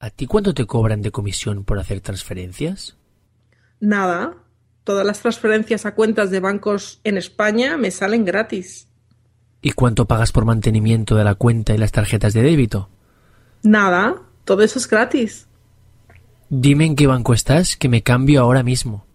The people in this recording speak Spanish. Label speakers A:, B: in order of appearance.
A: ¿A ti cuánto te cobran de comisión por hacer transferencias?
B: Nada. Todas las transferencias a cuentas de bancos en España me salen gratis.
A: ¿Y cuánto pagas por mantenimiento de la cuenta y las tarjetas de débito?
B: Nada. Todo eso es gratis.
A: Dime en qué banco estás, que me cambio ahora mismo.